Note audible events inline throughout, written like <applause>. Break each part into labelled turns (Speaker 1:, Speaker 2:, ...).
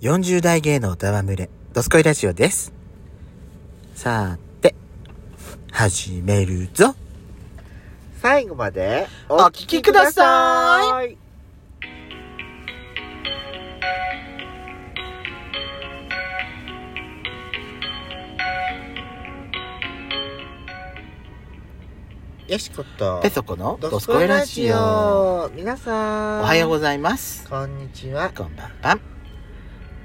Speaker 1: 40代芸の歌は群れ、ドスコイラジオです。さーて、始めるぞ。
Speaker 2: 最後までお
Speaker 1: 聞きくださ
Speaker 2: い。よしこと、
Speaker 1: ペソコのド
Speaker 2: ど
Speaker 1: ス
Speaker 2: す
Speaker 1: コ
Speaker 2: こ
Speaker 1: イ
Speaker 2: い
Speaker 1: ラ
Speaker 2: ラ
Speaker 1: ジ
Speaker 2: ジ
Speaker 1: オ。
Speaker 2: オ。皆さん、
Speaker 1: おはよう
Speaker 2: う
Speaker 1: ございます。
Speaker 2: こんにちは。
Speaker 1: こんばんは。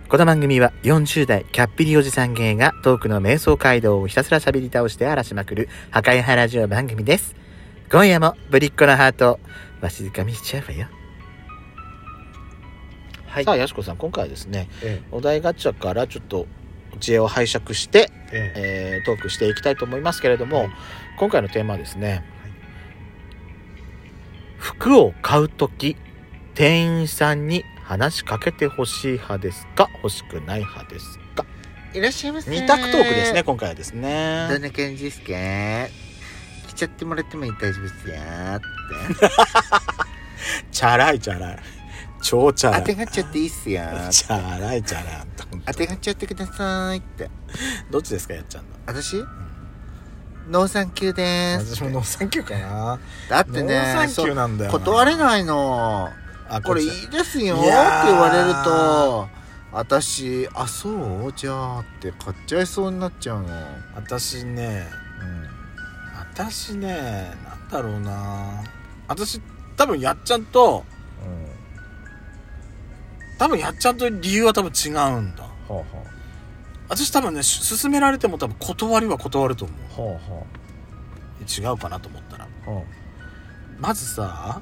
Speaker 1: この番組は40代キャッピリおじさん芸がトークの瞑想街道をひたすら喋り倒して荒らしまくる破壊派ラジオ番組です。今夜もぶりっ子のハートをわしづかみしちゃうわよ。
Speaker 2: はい
Speaker 1: さあ、やしこさん、今回はですね、
Speaker 2: え
Speaker 1: お題ガチャからちょっと知恵を拝借して、
Speaker 2: え
Speaker 1: え
Speaker 2: ええ
Speaker 1: ートークしていきたいと思いますけれども、
Speaker 2: はい
Speaker 1: 今回のテーマはですね、
Speaker 2: はい
Speaker 1: 服を買うとき店員さんに話しかけてほしい派ですか欲しくない派ですか
Speaker 2: いらっしゃいませ。
Speaker 1: 二択トークですね。今回はですね
Speaker 2: どんな感じですか来ちゃってもらっても大丈夫ですよって。
Speaker 1: チャラいチャラい超チャラい
Speaker 2: 当てがっちゃっていいっすよって
Speaker 1: チャラいチャラい本当
Speaker 2: 当てがっちゃってくださいって
Speaker 1: どっちですかやっちゃんの
Speaker 2: 私農産級で
Speaker 1: 私
Speaker 2: す
Speaker 1: もノーサンキューかな
Speaker 2: だっ
Speaker 1: ノ
Speaker 2: て
Speaker 1: ーサ
Speaker 2: ね
Speaker 1: ンキ
Speaker 2: そ
Speaker 1: ュー
Speaker 2: う
Speaker 1: なんだよな
Speaker 2: 断れないの
Speaker 1: あ
Speaker 2: これい
Speaker 1: っち
Speaker 2: いですよっ
Speaker 1: い
Speaker 2: て言
Speaker 1: やー
Speaker 2: われると私あそうじゃあって買っちゃいそうになっちゃうの、う
Speaker 1: 私ね
Speaker 2: ん、
Speaker 1: 私ねなんだろうな私多分やっちゃんと
Speaker 2: うん
Speaker 1: 多分やっちゃんと理由は多分違うんだ
Speaker 2: ほう
Speaker 1: 私多分ねす勧められても多分断りは断ると思う
Speaker 2: ほうほうほ
Speaker 1: 違うかなと思ったら
Speaker 2: うほ
Speaker 1: まずさ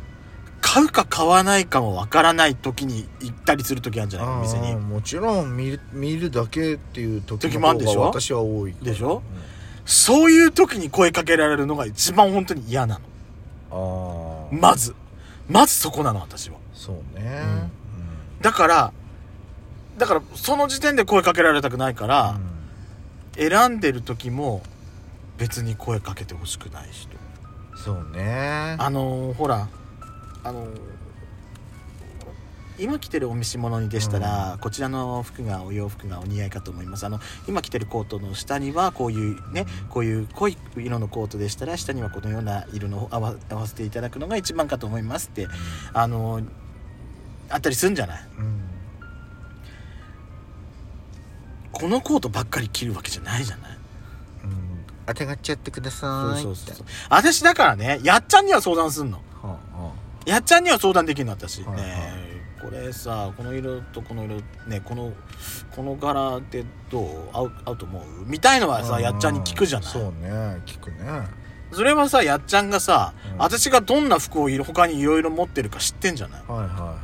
Speaker 1: 買うか買わないかもわからない時に行ったりする時あるんじゃないお店に
Speaker 2: もちろん見る見るだけっていう時
Speaker 1: 時
Speaker 2: の
Speaker 1: もあるでし
Speaker 2: 方
Speaker 1: ょ
Speaker 2: が私は多いから
Speaker 1: でしょそういう時に声かけられるのが一番本当に嫌なの
Speaker 2: うんああ
Speaker 1: まずまずそこなの私は
Speaker 2: そうね、
Speaker 1: うんだからだからその時点で声かけられたくないから、
Speaker 2: うん
Speaker 1: 選んでる時も別に声かけてほしくない人
Speaker 2: そうね
Speaker 1: あのーほらあのー今着てるお召し物にでしたら、こちらの服がお洋服がお似合いかと思いますあの今着てるコートの下にはこういうねこういう濃い色のコートでしたら下にはこのような色の合わ合わせていただくのが一番かと思いますってあのーあったりするんじゃない
Speaker 2: うん
Speaker 1: このコートばっかり着るわけじゃないじゃない
Speaker 2: うん当てがっちゃってくだ
Speaker 1: そう
Speaker 2: さい
Speaker 1: そうそうそう私だからねやっちゃんには相談すんの
Speaker 2: はあは
Speaker 1: やっちゃんには相談できるの私、
Speaker 2: はいはい
Speaker 1: ねえこれさこの色とこの色ねこのこの柄ってどう合う合うと思うみたいのはさやっちゃんに聞くじゃない
Speaker 2: そうね聞くね
Speaker 1: それはさやっちゃんがさ、
Speaker 2: うん
Speaker 1: 私がどんな服をいろ他にいろいろ持ってるか知ってんじゃない
Speaker 2: はいは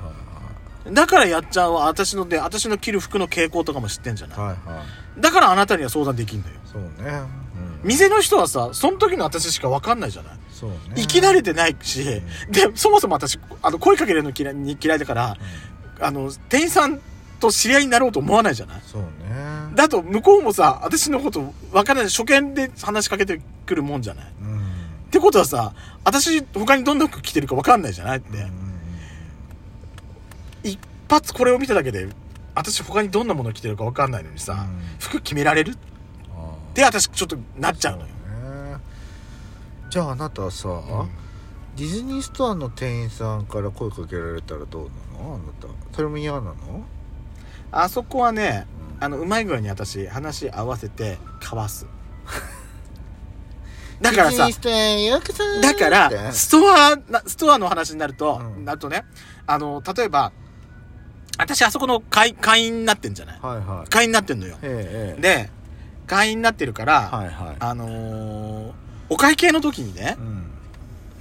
Speaker 2: い
Speaker 1: だからやっちゃんは私ので私の着る服の傾向とかも知ってんじゃない、
Speaker 2: はいはいはいはい
Speaker 1: だからあなたには相談できんだよ
Speaker 2: そうねうん
Speaker 1: 店の人はさその時の私しか分かんないじゃない
Speaker 2: そうね
Speaker 1: 生き慣れてないし、でそもそも私あの声かけるの嫌いに嫌いだから
Speaker 2: うん
Speaker 1: あの店員さんと知り合いになろうと思わないじゃない
Speaker 2: そうね
Speaker 1: だと向こうもさ私のこと分からない初見で話しかけてくるもんじゃないっ
Speaker 2: うんうん
Speaker 1: てことはさ私他にどんな服着てるか分かんないじゃないって、一発これを見ただけで私他にどんなもの着てるか分かんないのにさ、
Speaker 2: うん
Speaker 1: 服決められるっ
Speaker 2: あー
Speaker 1: て私ちょっとなっちゃうのよ
Speaker 2: そうねじゃああなたはさディズニーストアの店員さんから声かけられたらどうなのあなたそれも嫌なの
Speaker 1: あそこはね
Speaker 2: うん
Speaker 1: あのうまい具合に私話合わせてかわ
Speaker 2: <laughs>
Speaker 1: すだから
Speaker 2: ディズ
Speaker 1: さ
Speaker 2: ニーストアへようこそー
Speaker 1: だか
Speaker 2: って
Speaker 1: ら、ストアな、ストアの話になると、
Speaker 2: うん
Speaker 1: あとね、あの、例えば、私あそこの会、会員になってんじゃない
Speaker 2: はいはい
Speaker 1: 会員になってんのよ。
Speaker 2: えええ
Speaker 1: で、会員になってるから、
Speaker 2: えはいはい
Speaker 1: あのーお会計の時にね、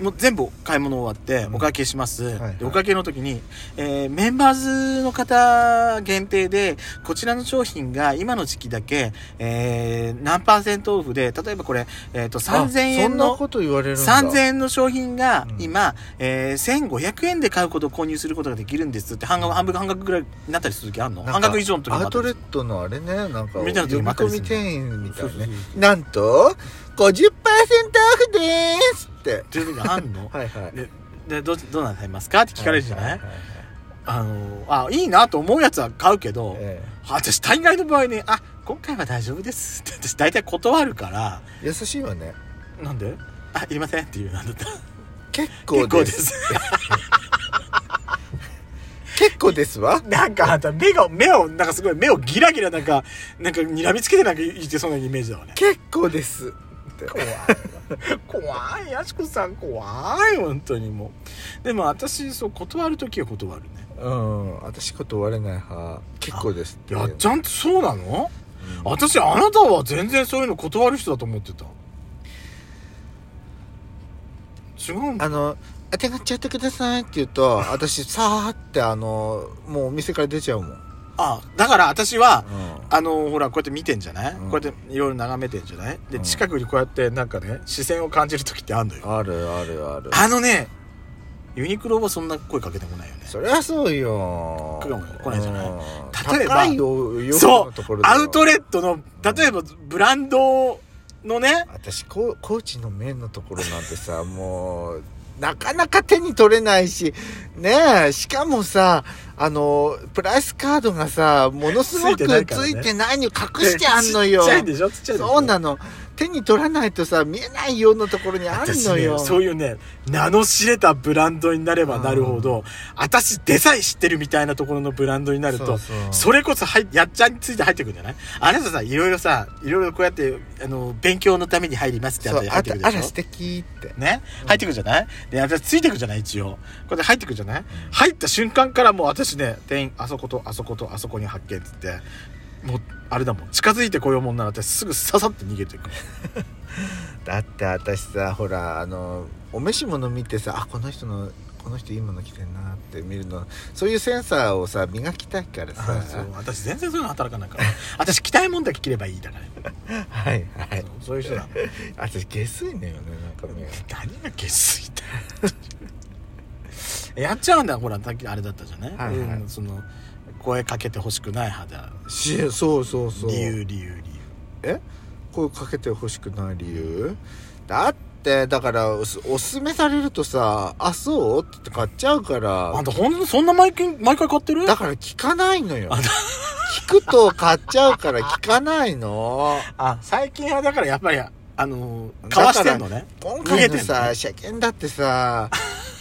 Speaker 2: う
Speaker 1: もう全部買い物終わって、
Speaker 2: うん
Speaker 1: お会計します、
Speaker 2: はい
Speaker 1: で。お会計の時に、えーメンバーズの方限定で、こちらの商品が今の時期だけ、えー何パーセントオフで、例えばこれ、えっ、と、3000円
Speaker 2: そん
Speaker 1: の
Speaker 2: な、こと言われるんだ
Speaker 1: 3000円の商品が
Speaker 2: うん
Speaker 1: 今、えー1500円で買うことを購入することができるんですって半額半分半額ぐらいになったりする時あるの
Speaker 2: なんか
Speaker 1: 半額以上の時もあっ
Speaker 2: アウ
Speaker 1: た
Speaker 2: ト
Speaker 1: り
Speaker 2: レ
Speaker 1: す
Speaker 2: ットのあれねなんか
Speaker 1: みたいな時
Speaker 2: 読み
Speaker 1: もあったり
Speaker 2: 込
Speaker 1: する
Speaker 2: み店員みたい
Speaker 1: そうそ
Speaker 2: な
Speaker 1: う
Speaker 2: ねなんと50%オフでーすって
Speaker 1: るっていう時があるの
Speaker 2: はいはい
Speaker 1: ででどうどうなさいますかって聞かれるじゃない、
Speaker 2: はいはいはい
Speaker 1: あのあいいなと思うやつは買うけど、
Speaker 2: え
Speaker 1: 私大概の場合ねあ今回は大丈夫ですって私大体断るから
Speaker 2: え優しいわね
Speaker 1: なんであいりませんっていうなんだった
Speaker 2: 結構
Speaker 1: 結構
Speaker 2: で
Speaker 1: ですす
Speaker 2: 結構ですわ
Speaker 1: なんかあんた目が目をなんかすごい目をギラギラなんかなんか睨みつけてなんか言ってそうなイメージだわね
Speaker 2: 結構です
Speaker 1: 怖い <laughs> 怖いやしこさん怖い本当にもうでも私そう断る時は断るね
Speaker 2: うん私断れない派結構ですって
Speaker 1: いやちゃんとそうなの
Speaker 2: うん
Speaker 1: 私あなたは全然そういうの断る人だと思ってた違うんだ
Speaker 2: あの「あてがっちゃってください」って言う
Speaker 1: <laughs>
Speaker 2: と私さーってあのもうお店から出ちゃうもん、うん
Speaker 1: あだから私はあのほらこうやって見てんじゃない、
Speaker 2: うん
Speaker 1: こうやっていろいろ眺めてんじゃないで
Speaker 2: うん
Speaker 1: 近くにこうやってなんかね視線を感じる時ってあんのよ
Speaker 2: あるあるある
Speaker 1: あのねユニクロはそんな声かけてこないよね
Speaker 2: そりゃそうよ
Speaker 1: 来ない来ないじゃない
Speaker 2: うん
Speaker 1: 例えば
Speaker 2: 高いよ洋服
Speaker 1: そ
Speaker 2: のとこ
Speaker 1: う
Speaker 2: ろだ
Speaker 1: ア
Speaker 2: よ
Speaker 1: ウトレットの例えばブランドのね
Speaker 2: 私ココーチの面のところなんてさもうなかなか手に取れないしねえしかもさあのプライスカードがさものすご
Speaker 1: ついて
Speaker 2: く
Speaker 1: ないから
Speaker 2: つ
Speaker 1: ね
Speaker 2: いてないのに隠してあんの
Speaker 1: <laughs>
Speaker 2: よ
Speaker 1: ちっちゃいでしょちっちゃいでしょ
Speaker 2: そうなの手に取らないとさ見えないようなところにあるのよ、
Speaker 1: 私ねそういうね名の知れたブランドになればなるほど私デザイン知ってるみたいなところのブランドになると
Speaker 2: そ
Speaker 1: そう
Speaker 2: そう
Speaker 1: れこそはいやっちゃんについて入ってくるんじゃないあなたさいろいろさいろいろこうやってあの勉強のために入りますって
Speaker 2: そう
Speaker 1: 後で入
Speaker 2: あ
Speaker 1: って
Speaker 2: た
Speaker 1: くる
Speaker 2: あ
Speaker 1: で
Speaker 2: ら
Speaker 1: し
Speaker 2: 素
Speaker 1: ょ
Speaker 2: 敵って
Speaker 1: ね入ってくるじゃないで私ついてくじゃない一応こうやって入ってくじゃない入った瞬間からもう私ね店員あそことあそことあそこに発見っつってもうあれだもん近づいてこようもんなら私すぐささって逃げていく
Speaker 2: だって私さほらあのお召し物見てさあこの人のこの人いいもの着てんなって見るのそういうセンサーをさ磨きたいからさ
Speaker 1: あそう私全然そういうの働か
Speaker 2: <laughs>
Speaker 1: ないから私着たいもんだけ着ればいいだから
Speaker 2: はいはい
Speaker 1: そうそういう人なの
Speaker 2: 私下水ねよねなんか目が
Speaker 1: 何が下水だよやっちゃうんだほらさっきあれだったじゃない、
Speaker 2: はいはい
Speaker 1: うんその声かけてほしくない派だ
Speaker 2: しそうそうそう
Speaker 1: 理由理由理由
Speaker 2: 声かけてほしくない理由だってだからおすおすすめされるとさ「あそう?」って買っちゃうか
Speaker 1: あ
Speaker 2: ら
Speaker 1: んたほんそんな毎回毎回買ってる
Speaker 2: だから聞かないのよ
Speaker 1: あ
Speaker 2: 聞くと買っちゃうから聞かないの
Speaker 1: あ最近はだからやっぱりあのーかわしてんのね
Speaker 2: 今回
Speaker 1: 逃
Speaker 2: の
Speaker 1: げてんの
Speaker 2: さ車検だってさ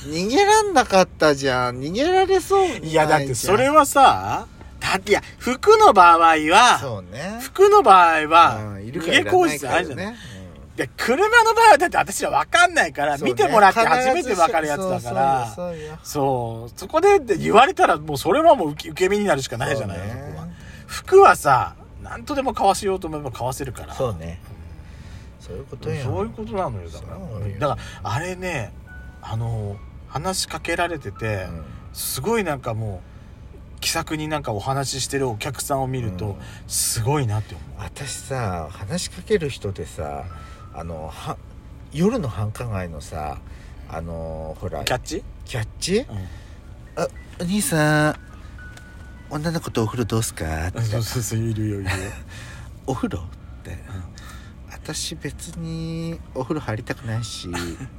Speaker 2: 逃げらんなかったじゃん逃げられそうにないい
Speaker 1: やだってそれ
Speaker 2: は
Speaker 1: はさだっていや服の場合は
Speaker 2: そうね
Speaker 1: 服の場合は
Speaker 2: うんいる
Speaker 1: 逃
Speaker 2: か
Speaker 1: げ
Speaker 2: いらな
Speaker 1: 工
Speaker 2: い
Speaker 1: 事じゃ
Speaker 2: か
Speaker 1: な
Speaker 2: ら
Speaker 1: いじゃない
Speaker 2: ねうん
Speaker 1: で車の場合はだって私ら分かんないから、見てもらって初めて分かるやつだからそう
Speaker 2: そうそうよ
Speaker 1: そこでって言われたらもうそれはもう受け受け身になるしかないじゃない、そこは服はさ何とでも買わせようと思えば買わせるから
Speaker 2: そうねそういうことや
Speaker 1: そういうことなのよだから
Speaker 2: そうよ
Speaker 1: だからあれねあの話しかけられてて、すごいなんかもう気さくになんかお話ししてるお客さんを見ると、
Speaker 2: うん
Speaker 1: すごいなって思う
Speaker 2: 私さ話しかける人でさあのは夜の繁華街のさあのほら
Speaker 1: キャッチ、
Speaker 2: キャッチ
Speaker 1: う
Speaker 2: お兄さん女の子とお風呂どうすかって
Speaker 1: ん、そうそうそういるよ <laughs> いるよ
Speaker 2: お風呂って、私別にお風呂入りたくない <laughs> し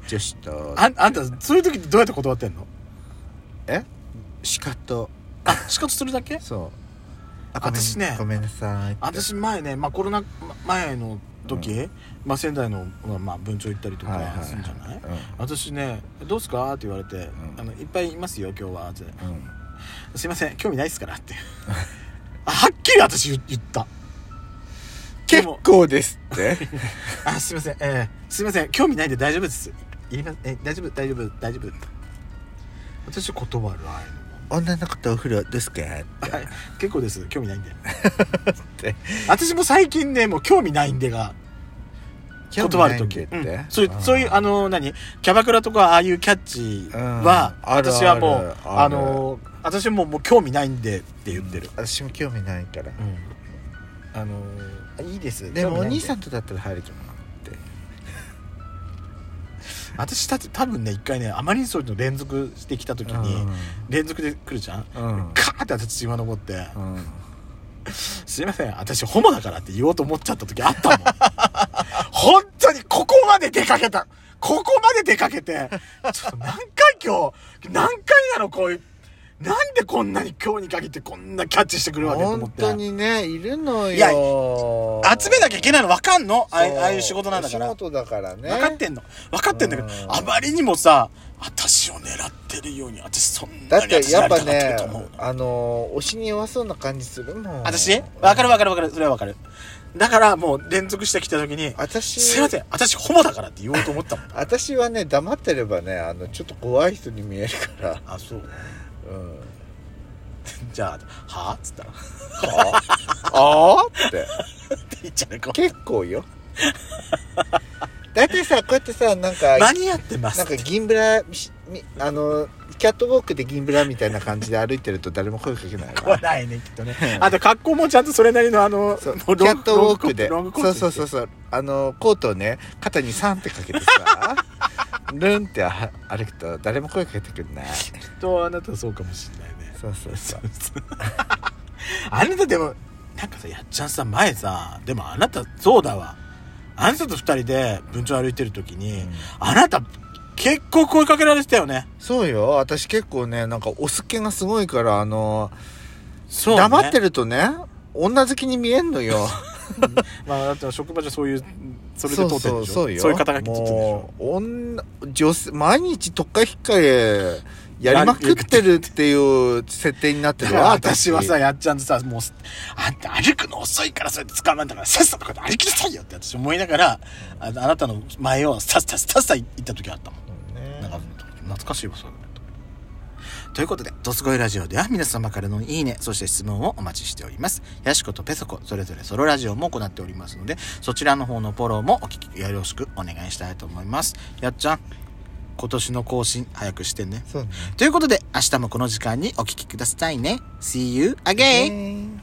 Speaker 2: 女子と
Speaker 1: ああんたそういう時ってどうやって断ってんの
Speaker 2: えしかと
Speaker 1: あ仕方するだけ
Speaker 2: そうあ
Speaker 1: 私ね
Speaker 2: ごめんごめんなさいって
Speaker 1: 私前ね、まあ、コロナ前の時、まあ、仙台の、まあ、文鳥行ったりと
Speaker 2: はいはい
Speaker 1: か
Speaker 2: はい
Speaker 1: するんじゃない,、
Speaker 2: うん
Speaker 1: 私ね「どうすか?」って言われて、
Speaker 2: ん
Speaker 1: あの「いっぱいいますよ今日は」って
Speaker 2: うん
Speaker 1: 「すいません興味ないっすから」って <laughs> あはっきり私言言ったで
Speaker 2: 結
Speaker 1: も
Speaker 2: 構ですって
Speaker 1: 「あすいませんえー、すいません興味ないんで大丈夫です」いりまえ大丈夫大丈夫大丈夫私断るああいうの
Speaker 2: <laughs> 女の子とお風呂どうすか <laughs>
Speaker 1: はい結構です興味ないんで
Speaker 2: て
Speaker 1: 私も最近ねもう興味ないんでが断る時
Speaker 2: 興味ないんでっ
Speaker 1: うん
Speaker 2: て
Speaker 1: そういうそういうあの何キャバクラとかああいうキャッチは、
Speaker 2: うんある
Speaker 1: 私はも
Speaker 2: あ
Speaker 1: う
Speaker 2: る
Speaker 1: あ
Speaker 2: ある
Speaker 1: の私ももう興味ないんでって言ってる、
Speaker 2: 私も興味ないから、
Speaker 1: あのいいです
Speaker 2: でもお兄さ
Speaker 1: ん
Speaker 2: んとだったら入るかなって
Speaker 1: 私たち多分ね一回ねあまりにそういうの連続してきた時に、連続で来るじゃん
Speaker 2: うん
Speaker 1: カーって私今登って
Speaker 2: う、ん、
Speaker 1: すいません、私ホモだからって言おうと思っちゃった時あ
Speaker 2: <laughs>
Speaker 1: ったもん。本当にここまで出かけた。ここまで出かけて、ちょっと何回今日、何回なのこういう、なんでこんなに今日に限ってこんなキャッチしてくるわけと思っ
Speaker 2: 本
Speaker 1: て
Speaker 2: 当にねいるのよ
Speaker 1: いや集めなきゃいけないの分かんのああい
Speaker 2: そう
Speaker 1: ああいう仕事なんだから
Speaker 2: 仕事だからね
Speaker 1: 分かってんの分かってんだけど
Speaker 2: うん
Speaker 1: あまりにもさ私を狙ってるように私そん
Speaker 2: だ
Speaker 1: な
Speaker 2: っ
Speaker 1: に私
Speaker 2: てやっ
Speaker 1: な
Speaker 2: ぱ
Speaker 1: りたが
Speaker 2: ね
Speaker 1: ってると思うの
Speaker 2: あの推しに弱そうな感じするもん
Speaker 1: 私ね分かる分かる分かるそれは分かるだからもう連続してきた時に「
Speaker 2: 私
Speaker 1: すいません私ホモだから」って言おうと思った
Speaker 2: <laughs>
Speaker 1: もん
Speaker 2: 私はね黙ってればねあのちょっと怖い人に見えるから
Speaker 1: あそう
Speaker 2: うん
Speaker 1: <laughs> じゃあ「はあ?」っつったら「っ
Speaker 2: はあああって
Speaker 1: て言っちゃうこ
Speaker 2: 結構よだいたいさこうやってさなんか
Speaker 1: う間に合ってます
Speaker 2: なん
Speaker 1: って
Speaker 2: か銀ブラしみあのキャットウォークで銀ブラみたいな感じで歩いてると誰も声かけない
Speaker 1: 怖
Speaker 2: わ
Speaker 1: ないねきっとねあと格好もちゃんとそれなりのあの
Speaker 2: そうキ
Speaker 1: もうロン
Speaker 2: ャットウォークで
Speaker 1: ロングコー
Speaker 2: そ
Speaker 1: ト
Speaker 2: うそうそううそうあのコートをね肩にサンってかけて <laughs> さルンってあ歩くと誰も声かけてくんない
Speaker 1: きっとあなたそうかもしれないね
Speaker 2: そうそうそう
Speaker 1: <laughs> あなたでもなんかさやっちゃんさ前さでもあなたそうだわあなたと二人で文鳥歩いてる時に、
Speaker 2: うん
Speaker 1: あなた結構声かけられてたよね
Speaker 2: そうよ私結構ねなんかおすけがすごいからあの、
Speaker 1: そう、ね、
Speaker 2: 黙ってるとね女好きに見えんのよ
Speaker 1: まああなたは職場じゃそういうそれで通ってるで
Speaker 2: そう
Speaker 1: しょ
Speaker 2: そうよ
Speaker 1: いう方がきってるでしょ
Speaker 2: もう女女性毎日とっかひっかえやりまくってるっていう設定になって
Speaker 1: だ
Speaker 2: る
Speaker 1: か
Speaker 2: わ
Speaker 1: ら <laughs> 私はさやっちゃんとさもうあんた歩くの遅いからそうやって捕まんだからさっさとこうやって歩きなさいよって私思いながらあのあなたの前をさっさっさっさ行った時あったもんなんか懐かしいわそれということで「どすごいラジオ」では皆様からのいいねそして質問をお待ちしておりますやしことペソコそれぞれソロラジオも行っておりますのでそちらの方のフォローもお聞きよろしくお願いしたいと思いますやっちゃん今年の更新早くしてね
Speaker 2: そうね
Speaker 1: ということで明日もこの時間にお聞きくださいね See you again!
Speaker 2: えー